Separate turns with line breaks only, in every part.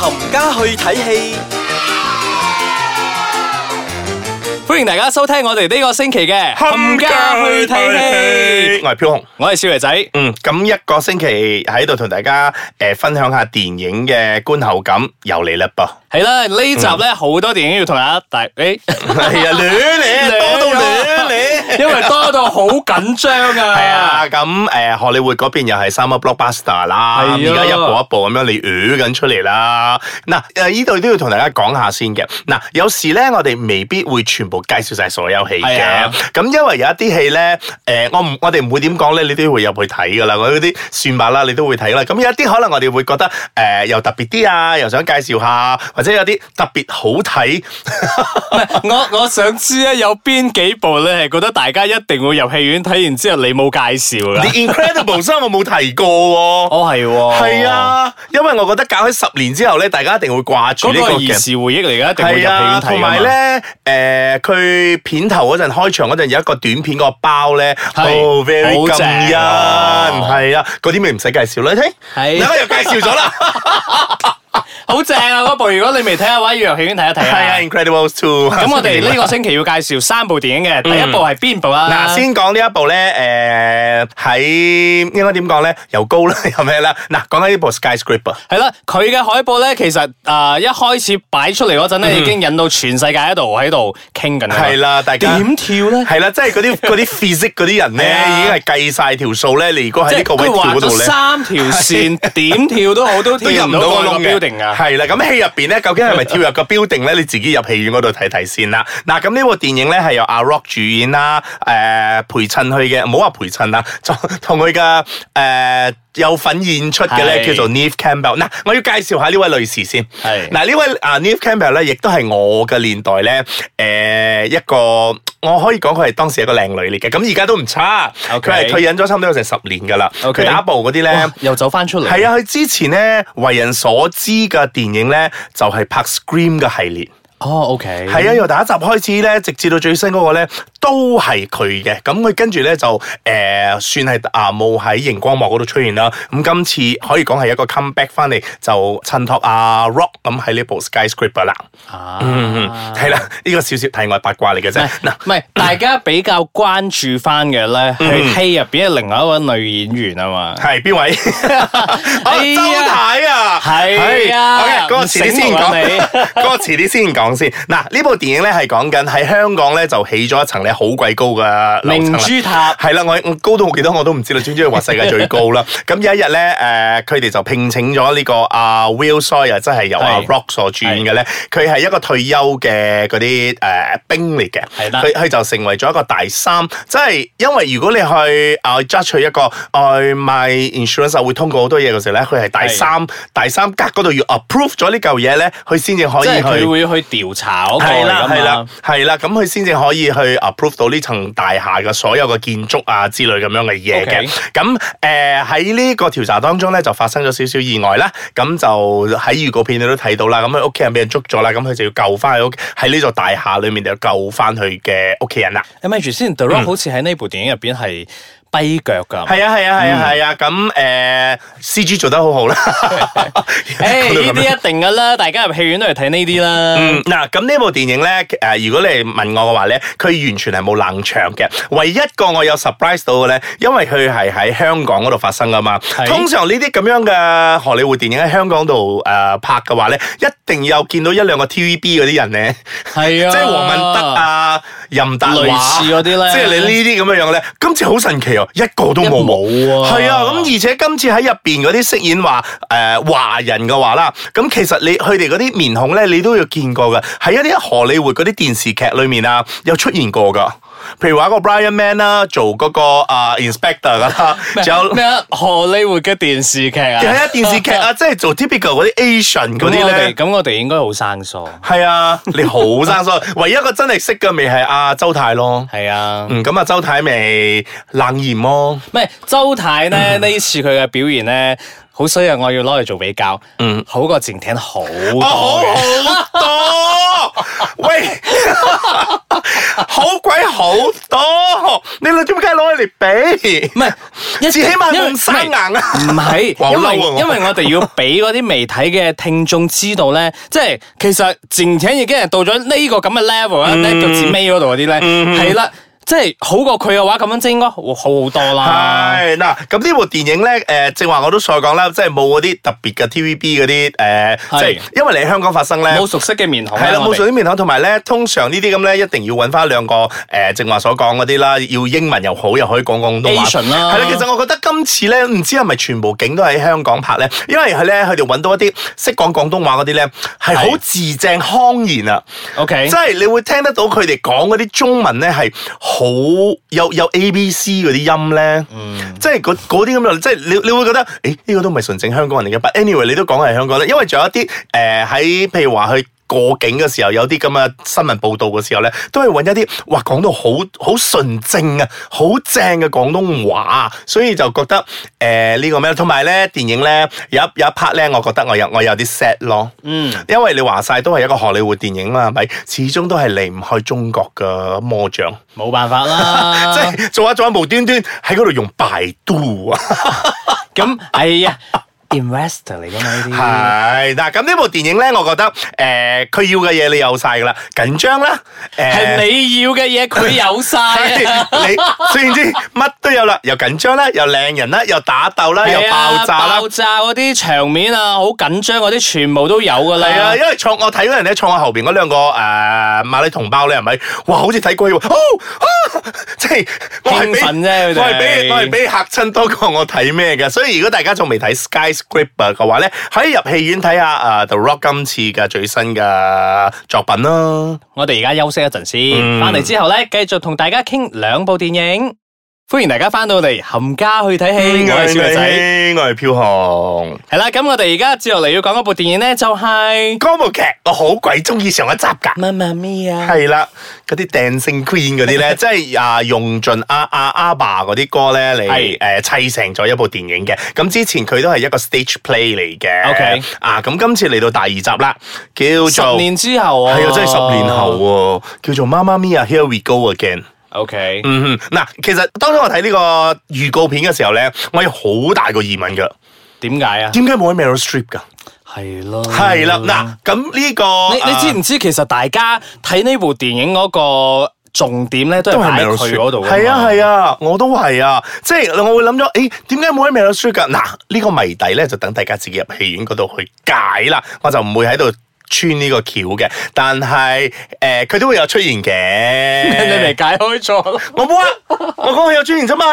冚家去睇戲，
欢迎大家收听我哋呢个星期嘅冚家去睇戏，
我係飄紅。
我系少爷仔。
嗯，咁一個星期喺度同大家诶、呃分享下電影嘅觀後感，又嚟啦 噃。
系啦，呢集咧好多电影要同大家大诶，
係啊，亂你多到亂你。
因为多到好紧张 啊。
係啊，，咁诶，呃荷里活嗰邊又係三粒 blockbuster 啦，而
係啊
家一步一步咁樣你捋緊出嚟啦。嗱，诶呢度都要同大家講下先嘅。嗱，有時咧我哋未必會全部介紹晒所有戲
係啊
嘅，咁因為有一啲戲咧，诶我唔我哋唔會點講咧，你都會入去睇噶啦。我嗰啲算吧啦，你都會睇啦。咁有一啲可能我哋會覺得诶又特別啲啊，又想介紹下，或者有啲特別好睇。
啊我我想知咧有边几部咧系觉得大家一定会入戏院睇完之后你冇介绍噶
The？Incredible 三我冇提 過喎。
哦系喎，
系，啊，因為我覺得搞咗十年之後咧，大家一定會掛住
嗰
呢個
個係兒啊
嘅。
時回憶嚟噶，一定會入戲
係
院
啊，
睇㗎
同
嘛
埋，咧，诶，佢片頭嗰陣開場嗰陣有一個短片個包咧，
係
哦，very
好正
感恩，
啊
係啊，嗰啲咪唔使介紹啦，你聽，
係
嗱我又介紹 咗啦，
好正啊！嗰部如果你未睇嘅話，要入戲院睇一睇
係
啊。
啊，Incredible Two。
咁我哋呢個星期要介紹三部電影嘅，第一部係邊部啊？
嗱，先講呢一部咧，诶，喺應該點講咧，又高啦， 又咩啦？嗱，講緊呢部 Skyscraper。
係啦，佢嘅海報咧，其實诶、呃一開始擺出嚟嗰陣咧，已經引到全世界喺度喺度傾緊啦。
係啦大家
點跳咧？
係啦，即係嗰啲嗰啲 physics 嗰啲人
係
咧，
啊
已經係計晒條數咧。你如果
即
喺呢
係
個位
佢
跳
畫
嗰
咗
度咧，
三條 線，點跳都好，都
都
跳
入
唔
唔
到
到
嗰
個
個
窿嘅。
building 啊！
係啦，咁戲入邊咧，究竟係咪跳入個 building 咧？你自己入戲院嗰度睇睇先啦。嗱，咁呢部電影咧係由阿 Rock 主演啦，誒、陪襯佢嘅，唔好話陪襯啦， 就同佢嘅誒有份演出嘅咧
係
叫做 Neve Campbell。嗱，我要介紹下呢位女士先。
係
嗱，呢位啊 Neve Campbell 咧，亦都係我嘅年代咧，誒、一個。我可以講佢係當時一個靚女嚟嘅，咁而家都唔差。佢
OK
係退隱咗差唔多有成十年㗎啦。佢
OK
打部嗰啲咧
哇，又走翻出嚟。
係啊，佢之前咧為人所知嘅電影咧，就係、拍 Scream 嘅系列。
哦，OK。
係啊，由第一集開始咧，直至到最新嗰個咧，都係佢嘅。咁佢跟住咧就誒、呃算係啊冇喺熒光幕嗰度出現啦。咁今次可以講係一個 comeback 翻嚟，就襯托阿 Rock 咁喺呢部 Skyscraper 啦。
啊。
嗯，係啦，呢、個少少題外八卦嚟嘅啫。嗱。
唔係，大家比較關注翻嘅咧，喺戲入邊嘅另外一位女演員啊嘛。
係邊位？ 哦，
哎呀
周太啊，
係啊
係 OK，嗰個遲啲先
醒目 啊你
講，嗰個遲啲先講先。嗱，呢部電影咧係講緊喺香港咧就起咗一層咧好鬼高嘅樓層
明
啦。
珠塔
係啦，我我高到幾多我都唔知啦，總之佢話世界最高 啦。咁有一日咧，誒佢哋就聘請咗呢個阿 Will Sawyer，即係由阿
係
Rock 所主演嘅咧，佢係一個退休嘅嗰啲誒兵嚟嘅，
係啦
佢佢就成為咗一個第三，即係因為如果你去啊 judge 佢一個外賣 insurance 啊會通過好多嘢嘅時候咧，佢係第三第三格嗰度要 approve 咗呢嚿嘢咧，佢先至可
即係
以去
佢。會去調查嗰個
係
嚟
啦，
㗎
係啦
嘛。，
係啦，咁佢先至可以去 approve 到呢層大廈嘅所有嘅建築啊之類咁樣嘅嘢
OK
嘅。咁誒喺呢個調查當中咧，就發生咗少少意外啦。咁就喺預告片你都睇到啦。咁佢屋企人俾人捉咗啦，咁佢就要救翻佢屋喺呢座大廈裏面就救翻佢嘅屋企人啦。
你咪住先，The Rock 好似喺呢部電影入邊係跛腳㗎。
係啊，係啊，
嗯
係啊，係啊。咁誒 C G 做得好好 啦。
誒
講到
呢
咁樣
啲一定㗎啦，大家入戲院都係睇呢啲啦。
嗯，嗱，咁呢部電影咧，誒、如果你問我嘅話咧，佢完全係冇冷場嘅。唯一一個我有 surprise 到嘅咧，因為佢係喺香港嗰度發生噶嘛。通常呢啲咁樣嘅荷里活電影喺香港度誒、呃拍嘅話咧，一定有見到一兩個 TVB 嗰啲人咧，
係啊，
即係黃敏德。啊、任達華，
類似嗰啲咧
即係你呢啲咁樣樣咧，今次好神奇哦，一個都冇
一冇啊
係啊，咁而且今次喺入邊嗰啲飾演話誒華人嘅話啦，咁其實你佢哋嗰啲面孔咧，你都要見過嘅，喺一啲荷里活嗰啲電視劇裏面啊，有出現過噶。譬如話個 Brian Man 啦，做嗰、個啊、Inspector 噶啦，仲有
咩啊？荷里活嘅電視劇啊
係，啊電視劇 啊，即係做 typical 嗰啲 Asian 嗰啲
咁我哋
咧。
咁我哋應該好生疏。
係啊，你好 生疏，唯一一個真係識嘅咪係阿周太咯。
係啊。
嗯，咁啊，周太咪冷豔咯。嗯
唔係周太咧呢次佢嘅表現咧，好衰啊！我要攞嚟做比較，
嗯
好過前艇好多
哦，好
嘅。
好多，喂，好鬼好多，你攞點解攞嚟比？
唔係，一
至起碼
因為
唔生硬啊
唔係，
哇好
因
嬲啊
為
我
因為我哋要俾嗰啲未睇嘅聽眾知道咧，即係其實前艇已經係到咗呢個咁嘅 level 啊
嗯
啦，咧腳趾尾嗰度嗰啲咧，係啦，即係好過佢嘅話，咁樣即係應該好好多啦。
係嗱，咁呢部電影咧，誒、正話我都再講啦，即係冇嗰啲特別嘅 TVB 嗰啲誒，即係因為你喺香港發生咧。
冇熟悉嘅面孔，啊
係啦，
我
冇
哋
上啲面口，同埋咧，通常呢啲咁咧，一定要揾翻兩個誒、正話所講嗰啲啦，要英文又好，又可以講廣東話。
Asian 啦
係啦，其實我覺得今次咧，唔知係咪全部景都喺香港拍咧，因為佢咧，佢哋揾到一啲識講廣東話嗰啲咧，係好
係
字正腔言啊！
OK
即。係你會聽得到佢哋講嗰啲中文咧係好有有 A B C 嗰啲音咧，即係嗰嗰啲咁樣，即係你你會覺得，誒呢、個都唔係純正香港人嚟嘅，but anyway 你都講係香港啦，因為仲有一啲誒喺譬如話去。過境嘅時候有啲咁嘅新聞報道嘅時候咧，都係揾一啲哇講到好好純正啊，好正嘅廣東話啊，所以就覺得誒呢、個咩，同埋咧電影咧有一有一 part 咧，我覺得我有我有啲 sad 咯，
嗯，
因為你話晒都係一個荷里活電影啦，係咪？始終都係離唔開中國嘅魔掌，
冇辦法啦，
即係做下做下無端端喺嗰度用百度啊！
咁，哎呀，investor 嚟噶嘛呢
係嗱，咁呢部電影咧，我覺得誒，佢、要嘅嘢你有晒噶啦，緊張啦，呃誒、
啲係你要嘅嘢，佢有晒
係
啊。
你雖然之乜都有啦，又緊張啦，又靚人啦，又打鬥啦，又
係啊
爆炸啦
爆。炸嗰啲場面啊，好緊張嗰啲，全部都有噶啦。
係啊，因為坐我睇嗰人咧，坐我後邊嗰兩個誒、馬里同胞咧，係咪？哇，好似睇鬼喎！哦，啊即係我係俾
興奮啫佢哋
我係俾我係俾嚇親多過我睇咩嘅。所以如果大家仲未睇 Skyscraper 嘅話咧，可以入戲院睇下誒、The Rock 今次嘅最新嘅作品啦。
我哋而家休息一陣
嗯
先，翻嚟、之後咧，繼續同大家傾兩部電影。歡迎大家翻到嚟冚家去睇戲，我係小肥仔。
嗯我係飄紅。
係啦，咁我哋而家接落嚟要講嗰部電影咧，就係、
歌舞劇我好鬼中意上一集㗎。
媽媽咪啊！
係啦，嗰啲 Dancing Queen 嗰 啲咧，即係啊用盡阿阿阿爸嗰啲歌咧嚟
係
誒砌成咗一部電影嘅。咁之前佢都係一個 stage play 嚟嘅。
OK
啊，咁今次嚟到第二集啦，叫
十
做
年之後啊，
係啊，真係十年後。喎、叫做《Mamma Mia Here We Go Again》。
O K，
嗯哼，嗱，其實當初我睇呢個預告片嘅時候咧，我有好大個疑問㗎，
點解啊？
點解冇喺 Meryl Streep 㗎？
係咯，
係啦，嗱，咁呢、個
你你
啊
知唔知其實大家睇呢部電影嗰個重點咧，都係擺喺佢嗰度㗎嘛
係啊係啊，我都係啊，即係我會諗咗，誒點解冇喺 Meryl Streep 㗎？嗱，呢個謎底咧就等大家自己入戲院嗰度去解啦，我就唔會喺度。穿呢個橋嘅，但係誒，呃佢、都會有出現
你咪
嘅。
解開咗咯。
我冇啊，我講佢有出現啫嘛，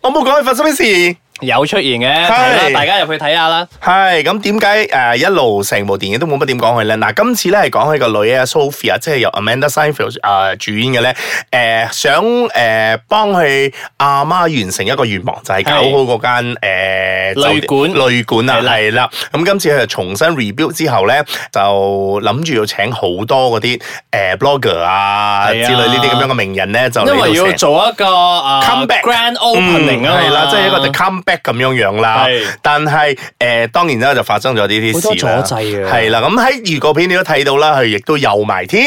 我冇講佢發生咩事。
有出現嘅，係
係
啦，大家入去睇下啦。
係咁點解誒一路成部電影都冇乜點講佢咧？嗱，今次咧係講佢個女啊 Sophia，即係由 Amanda Seyfried 誒、呃主演嘅咧，誒、呃想誒幫佢阿媽完成一個願望，就係、搞好嗰間誒酒店
旅館
旅館啊，
係啦
係啦。咁今次佢就重新 rebuild 之後咧，就諗住要請好多嗰啲誒 blogger 啊
係啊
之類呢啲咁樣嘅名人咧，就嚟
因
到
為要
成
做一個啊
Comeback 嗯
grand opening 啊嘛，
係啦，即係一個 the comeback 咁樣樣啦
係。
但係誒、呃，當然啦，就發生咗呢
好多
啲事
阻
啦。
滯啊
係啦，咁喺預告片你都睇到啦，佢亦都有埋添。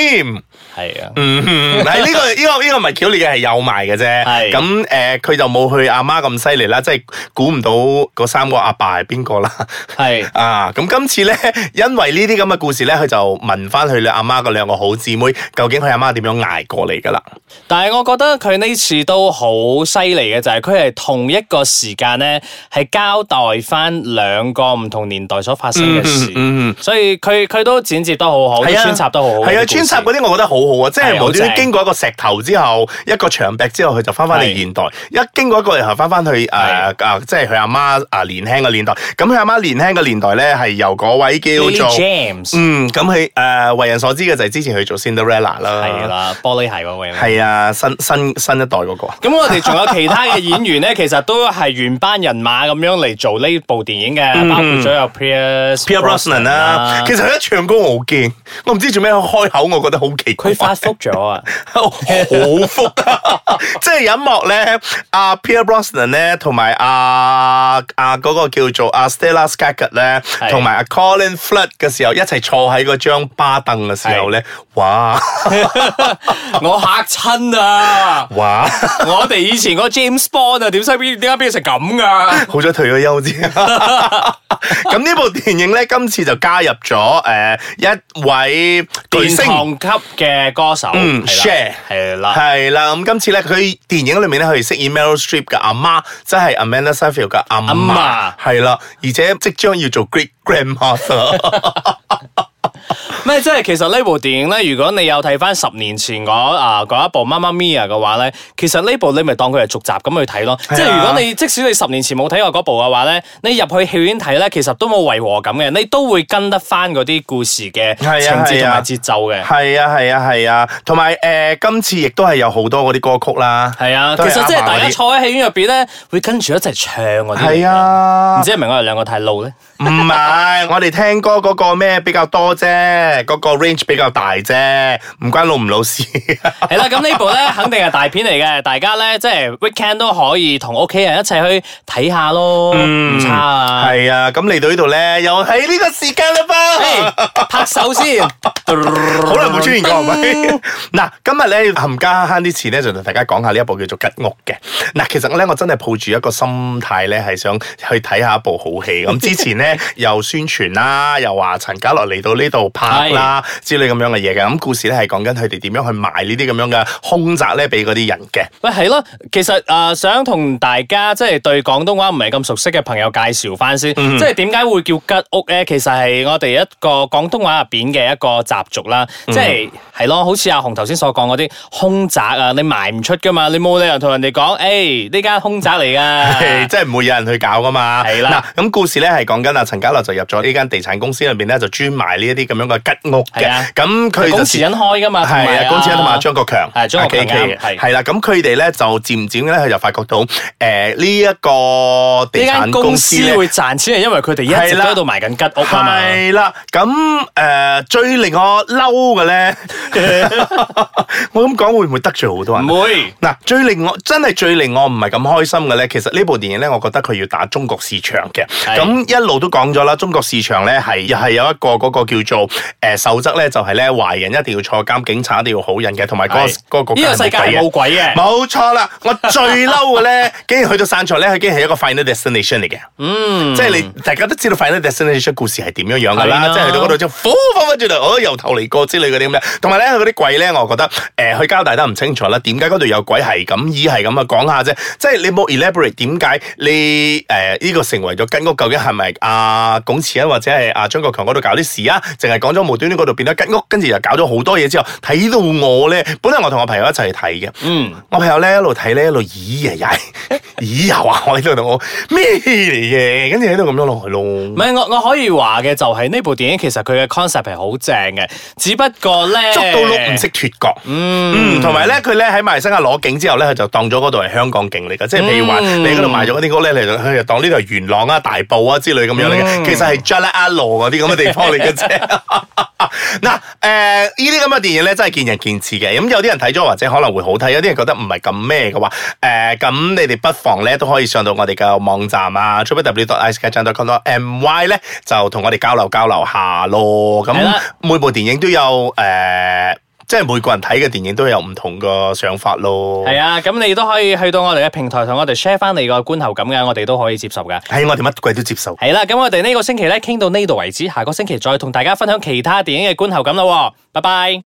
係啊，
嗯， 係呢、個呢、個呢、個唔係巧你嘅，係有埋嘅啫。
係
咁誒，呃佢、就冇佢阿媽咁犀利啦，即係估唔到嗰三個阿爸係邊個啦。
係
啊，咁今次咧，因為呢啲咁嘅故事咧，佢就問翻佢阿媽嗰兩個好姊妹，究竟佢阿媽點樣捱過嚟㗎啦？
但係我覺得佢呢次都好犀利嘅，就係佢係同一個時間咧，係交代翻兩個唔同年代所發生嘅事，
嗯嗯
所以佢佢都剪接得好好，
係啊
穿插得好好，
係啊，穿插嗰啲我覺得好好啊，即
係
係
好
無端端
正
經過一個石頭之後，一個牆壁之後，佢就翻翻嚟
係
現代。一經過一個，然後翻翻去誒誒，即係佢阿媽啊年輕嘅年代。咁佢阿媽年輕嘅年代咧，係由嗰位叫
Lily
做
James
嗯，咁佢誒為人所知嘅就係之前去做 Cinderella 啦，啊
係，啦，玻璃鞋嗰位。
係啊，新新新一代嗰個。
咁我哋仲有其他嘅演員咧，其實都係原班人馬咁樣嚟做呢部電影嘅，包括咗有 Pierce
Pierce Brosnan 啦，其實佢一唱歌我好驚，我唔知做咩開口，我覺得好奇怪。
佢發福咗啊！
好福啊！ 即係有一幕咧，阿 Pierce Brosnan 咧，同埋阿阿嗰個叫做阿 Stella Skarsgård 咧，同埋阿 Colin Firth 嘅時候，一齊坐喺嗰張巴凳嘅時候咧，哇
我嚇親啊！
哇！
我哋以前嗰個 James Bond 啊，點解變點解變成咁噶？
好彩退咗休 啫。咁呢部電影咧，今次就加入咗誒、呃一位巨
殿
星。
堂級嘅歌手，
嗯
係
Cher
啦係啦，
係啦，咁今次咧，佢電影裏面咧，佢係飾演 Meryl Streep 嘅阿媽，即係 Amanda Seyfried 嘅阿媽
阿，
係啦，而且即將要做 Great Grandmother，
咩即係其實呢部電影咧，如果你有睇翻十年前嗰啊嗰一部《媽媽咪呀》嘅話咧，其實呢部你咪當佢係續集咁去睇咯。
啊
即係如果你即使你十年前冇睇過嗰部嘅話咧，你入去戲院睇咧，其實都冇違和感嘅，你都會跟得翻嗰啲故事嘅情
係啊
節
係
同
啊
埋節奏嘅。
係啊係啊係啊，同埋誒今次亦都係有好多嗰啲歌曲啦，
係啊，其
都係
實即係
阿嫲嗰
大
啲
家坐喺戲院入邊咧，會跟住一齊唱嗰啲嚟嘅。
係啊
唔知係咪我哋兩個太老 咧？
唔係，我哋聽歌嗰個咩比較多啫，嗰個 range 比較大啫，唔關老唔老事。
係啦，咁呢部咧肯定係大片嚟嘅， 大家咧即係 weekend 都可以同屋企人一齊去睇下咯，唔、
嗯
差啊。
係啊，咁嚟到呢度咧，又係呢個時間啦噃。
係拍手先，
好
好
耐冇出現過係
嗯
咪？ 嗱，今日咧冚家慳啲錢咧，就同大家講下呢一部叫做《吉屋》嘅。嗱，其實咧我真係抱住一個心態咧，係想去睇下一部好戲。 咁之前咧又宣傳啦，又話陳家樂嚟到呢度拍啦之類咁樣嘅嘢嘅。咁故事咧係講緊佢哋點樣去賣呢啲咁樣嘅空宅咧俾嗰啲人嘅。
喂，係咯，其實啊、呃想同大家即係對廣東話唔係咁熟悉嘅朋友介紹翻先，即係點解會叫吉屋咧？其實係我哋一個廣東話入邊嘅一個習俗啦，即係係咯，好似阿紅頭先所講嗰啲空宅啊，你賣唔出噶嘛，你冇理由同人哋講，誒呢間空宅嚟
係
噶。
真係唔會有人去搞噶嘛。
啊係啦
嗱，咁故事咧係講緊啊，陳家樂就入咗呢間地產公司裏邊咧，就專賣呢一啲咁樣嘅吉屋
係啊
嘅。咁佢就
公持人開噶嘛，
係啊，公子欣同埋張國強，
係張國強
KK
啱係
係啦，咁佢哋咧就漸漸咧，佢就發覺到誒呢一個
呢
地產
間
公
公
司
司
咧。
會賺錢係因為佢哋一直
係啦
都喺度賣緊吉屋啊嘛。
係啦，咁誒、呃最令我嬲嘅 咧， 我咁講會唔會得罪好多人？
唔會
嗱，最令我真係最令我唔係咁開心嘅咧，其實呢部電影咧，我覺得佢要打中國市場嘅。
係
咁一路都講咗啦，中國市場咧係係有一個嗰個叫做誒、呃、守則咧，就係咧壞人一定要坐監，警察一定要好人嘅，同埋嗰
係
個嗰個國
呢
家
個世界係
冇
冇
鬼
鬼嘅。
嘅。冇錯啦！我最嬲嘅咧， 竟然去到散場咧，佢竟然係一個 final destination 嚟嘅，嗯，即係你大家都知道 final destination 故事係點樣樣噶啦，
係啦
即係去到嗰度之後，呼翻翻轉頭，哦，由頭嚟過之類嗰啲咁樣，同埋咧佢嗰啲鬼咧，我覺得誒佢交代得唔清楚啦，點解嗰度有鬼係咁，咦係咁啊，講下啫，即係你冇 elaborate 點解你誒呢個成為咗吉屋，究竟係咪阿龔慈恩或者係阿張國強嗰度搞啲事啊？淨係講咗無端端嗰度變咗吉屋，跟住又搞咗好多嘢之後，睇到我咧，本來我同我朋友一齊去睇嘅，
嗯，
我朋友咧一路睇咧一路咦呀呀，咦又話我喺度同我咩嚟嘅，跟住喺度咁樣落去
唔
咯。
係我我可以話嘅就係呢部電影其實佢嘅 concept 係好正嘅，只不過咧
捉到鹿唔識脱角，嗯，同埋咧佢咧喺馬來西亞攞景之後咧，佢就當咗嗰度係香港景嚟㗎，即係譬如話
嗯
你嗰度賣咗嗰啲屋咧，你就佢就當呢度係元朗啊、大埔啊之類咁樣嚟
嗯
嘅，其實係 j a l a a l o 嗰啲咁嘅地方嚟嘅啫。 嗱，誒呢啲咁嘅電影咧，真係見仁見智嘅。咁有啲人睇咗或者可能會好睇，有啲人覺得唔係咁咩嘅話，誒咁你哋不妨咧都可以上到我哋嘅網站啊 w w w i c e c a n c o m y 咧，就同我哋交流交流下咯。咁
係啦
每部電影都有誒、呃即係每個人睇嘅電影都有唔同嘅想法咯。
係啊，咁你都可以去到我哋嘅平台同我哋 share 翻你個觀後感嘅，我哋都可以接受噶。
係我哋乜鬼都接受。
係啦，咁我哋呢個星期咧傾到呢度為止，下個星期再同大家分享其他電影嘅觀後感啦喎，拜拜。